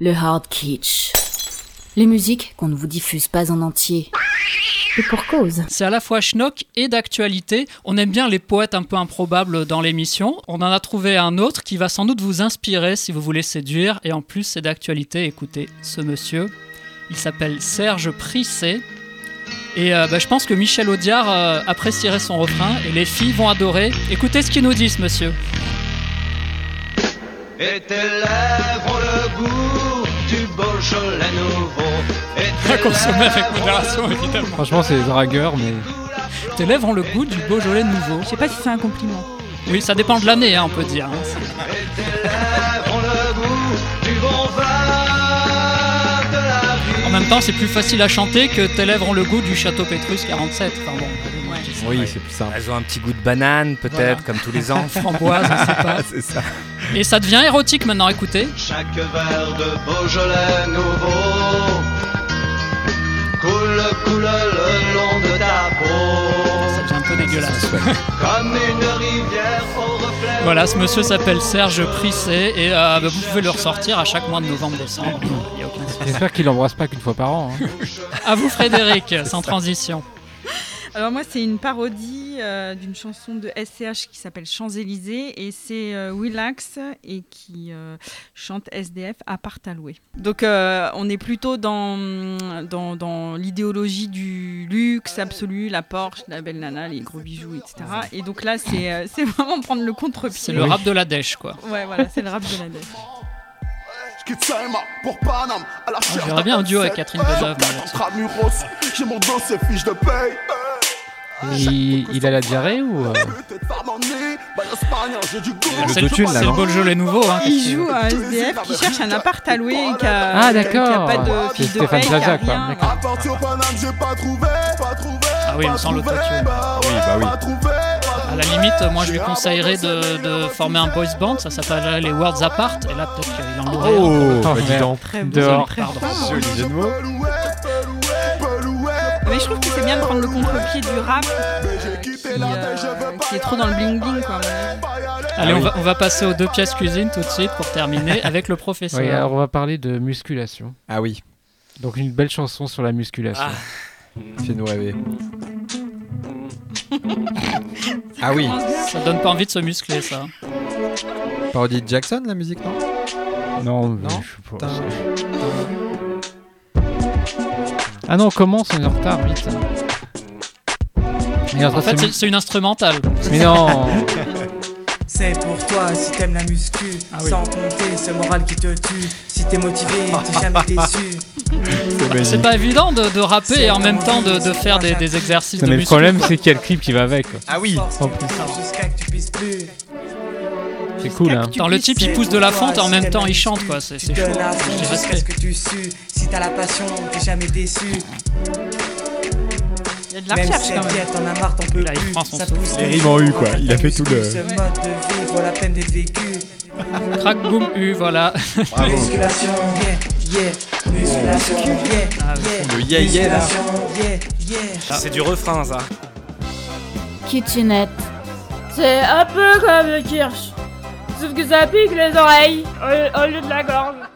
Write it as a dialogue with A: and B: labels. A: le hard kitsch. Les musiques qu'on ne vous diffuse pas en entier.
B: Et pour cause.
C: C'est à la fois schnock et d'actualité. On aime bien les poètes un peu improbables dans l'émission. On en a trouvé un autre qui va sans doute vous inspirer si vous voulez séduire. Et en plus, c'est d'actualité. Écoutez, ce monsieur, il s'appelle Serge Prissé. Et euh, bah, je pense que Michel Audiard euh, apprécierait son refrain et les filles vont adorer. Écoutez ce qu'ils nous disent, monsieur.
D: Et tes lèvres ont le goût du Beaujolais nouveau. Et tes
E: À consommer
D: lèvres
E: avec
D: ont le
E: modération,
D: goût
E: évidemment.
F: Franchement, c'est dragueur, mais
C: Tes lèvres ont le goût du Beaujolais nouveau.
G: Je sais pas si c'est un compliment.
C: Oui, ça dépend de l'année, hein, on peut dire. hein.
D: Et tes lèvres ont le goût du bon vin de la vie.
C: En même temps, c'est plus facile à chanter que tes lèvres ont le goût du Château Pétrus 47. Enfin bon, je dis ça.
F: oui, c'est plus simple.
H: Elles ont un petit goût de banane, peut-être,
C: Voilà.
H: comme tous les ans.
C: Framboise, on sait pas.
H: c'est ça.
C: Et ça devient érotique maintenant, écoutez.
D: Chaque verre de Beaujolais nouveau coule, coule le long de ta
C: Ça
D: peau.
C: devient un peu dégueulasse.
D: Comme une rivière au reflet.
C: Voilà, ce monsieur s'appelle Serge Prissé et euh, bah, vous pouvez le ressortir à chaque mois de novembre-décembre. Il y a aucun souci.
F: J'espère qu'il l'embrasse pas qu'une fois par an. hein.
C: À vous Frédéric, sans transition.
G: Alors moi, c'est une parodie euh, d'une chanson de SCH qui s'appelle Champs-Élysées et c'est euh, Willax et qui euh, chante SDF à part à louer. Donc euh, on est plutôt dans, dans, dans l'idéologie du luxe absolu, la Porsche, la belle nana, les gros bijoux, etc. Et donc là, c'est euh, c'est vraiment prendre le
C: C'est
G: contre-pied.
C: le rap de la dèche, quoi.
G: Ouais, voilà, c'est le rap de la dette.
I: Je quitte Selma pour Paname à la recherche
C: j'aimerais Ah, bien un duo avec
I: d'un
C: Catherine
I: concept.
C: Deneuve, mais-
I: Intramuros, j'ai mon dos, ces fiches de paye.
F: Il, il a la diarrhée ou
C: Ah.
F: euh,
I: Peut-être par mon nez, bah, l'Espagne, j'ai du goût.
F: Le
C: C'est le,
F: Dotune, là,
C: c'est le
F: non
C: Beaujolais nouveau. Hein,
G: Il
C: qu'est-ce que-
G: joue à un SDF qui cherche un appart à louer et qui a,
F: Ah,
G: qui a- qui a
F: d'accord.
G: pas de
F: C'est
G: fille de
F: Stéphane
G: paye, qui a
F: Plaza, quoi.
G: rien.
F: D'accord.
I: À part sur Paname, j'ai pas trouvé, pas trouvé.
C: Ah oui, on
I: pas
C: sent le
I: trouvé,
C: tatouage.
I: bah
F: Oui,
I: ouais,
F: bah oui.
I: pas trouvé, pas
C: À la
I: trouvé.
C: limite, moi je lui
I: J'ai
C: conseillerais de, de former un boys band, ça s'appellerait les Words Apart, et là peut-être qu'il en aurait. un.
F: Oh,
E: bah, dis
F: merde.
E: donc.
G: Très bon,
F: Dehors.
G: très
C: Pardon.
G: fort.
I: abandonné,
E: Joli jeu de
I: je
E: mots.
I: peux louer, peux louer, peux louer,
G: Mais je trouve que c'est bien de prendre le contre-pied du rap
I: mais
G: euh,
I: j'ai
G: qui,
I: quitté la tête, je
G: euh,
I: veux pas
G: qui
I: y
G: est trop dans le
I: aller,
G: bling
I: pas
G: bling
I: y
G: quoi.
I: aller, pas y aller.
C: Allez,
F: Ah
C: on
F: oui.
C: va, on va passer aux deux pièces cuisine tout de suite pour terminer avec le professeur.
F: Oui, alors on va parler de musculation.
H: Ah oui,
F: Donc une belle chanson sur la musculation.
H: Ah. fais-nous rêver. ah oui,
C: Ça donne pas envie de se muscler, ça.
H: parodie de Jackson, la musique, non
F: Ah. Non, mais
H: Non.
F: je sais pas. Ah non, on commence, on est en retard, vite. Mais
C: En fait, c'est- c'est une instrumentale.
F: Mais non
J: C'est pour toi si t'aimes la muscu,
H: Ah
J: sans compter ce moral qui te tue. Si t'es motivé, t'es jamais déçu.
C: C'est pas évident de, de rapper et en même temps de, de faire des, des exercices
F: Non,
C: de
F: mais le
C: muscu.
F: problème, c'est qu'il y a le clip qui va avec. quoi.
H: Ah oui
J: Force
F: Oh,
J: tu
F: putain.
J: pousses jusqu'à que tu puisses plus.
F: C'est cool, hein.
C: Attends, le type il pousse de la fonte et en même temps il chante, quoi. C'est c'est
J: Tu te
C: chaud.
J: lasses
C: J'ai
J: jusqu'à ce
C: respect.
J: que tu sues. Si t'as la passion, t'es jamais déçu.
G: Il y a de la
J: même
G: recherche
J: si
G: quand
J: elle
G: même.
J: diète, t'en as marre, t'en peux
C: Là, il
J: plus.
C: prend son
J: Ça
C: souffle.
J: pousse
E: Les
J: ton
E: rimes en
J: cul,
E: U, quoi. Il a fait tout le-
J: Ce mode de vie vaut la peine d'être vécu.
C: Crac boum U, voilà.
J: Musculation, yeah, yeah. Musculation, yeah,
C: Ah,
J: yeah.
H: le yeah, yeah, là.
J: Musculation, yeah, yeah.
H: C'est du refrain, ça.
A: Kitchenette.
K: C'est un peu comme le kirsch. Sauf que ça pique les oreilles au, au lieu de la gorge.